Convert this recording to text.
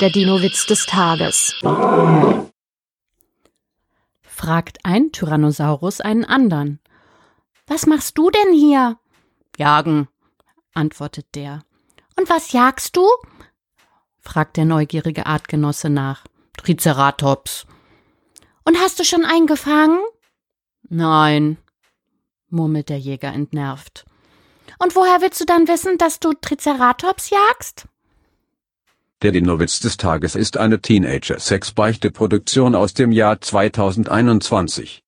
Der Dino-Witz des Tages. fragt ein Tyrannosaurus einen anderen. Was machst du denn hier? Jagen, antwortet der. Und was jagst du? fragt der neugierige Artgenosse nach. Triceratops. Und hast du schon einen gefangen? Nein, murmelt der Jäger entnervt. Und woher willst du dann wissen, dass du Triceratops jagst? Der Dinowitz des Tages ist eine Teenager-Sex-Beichte-Produktion aus dem Jahr 2021.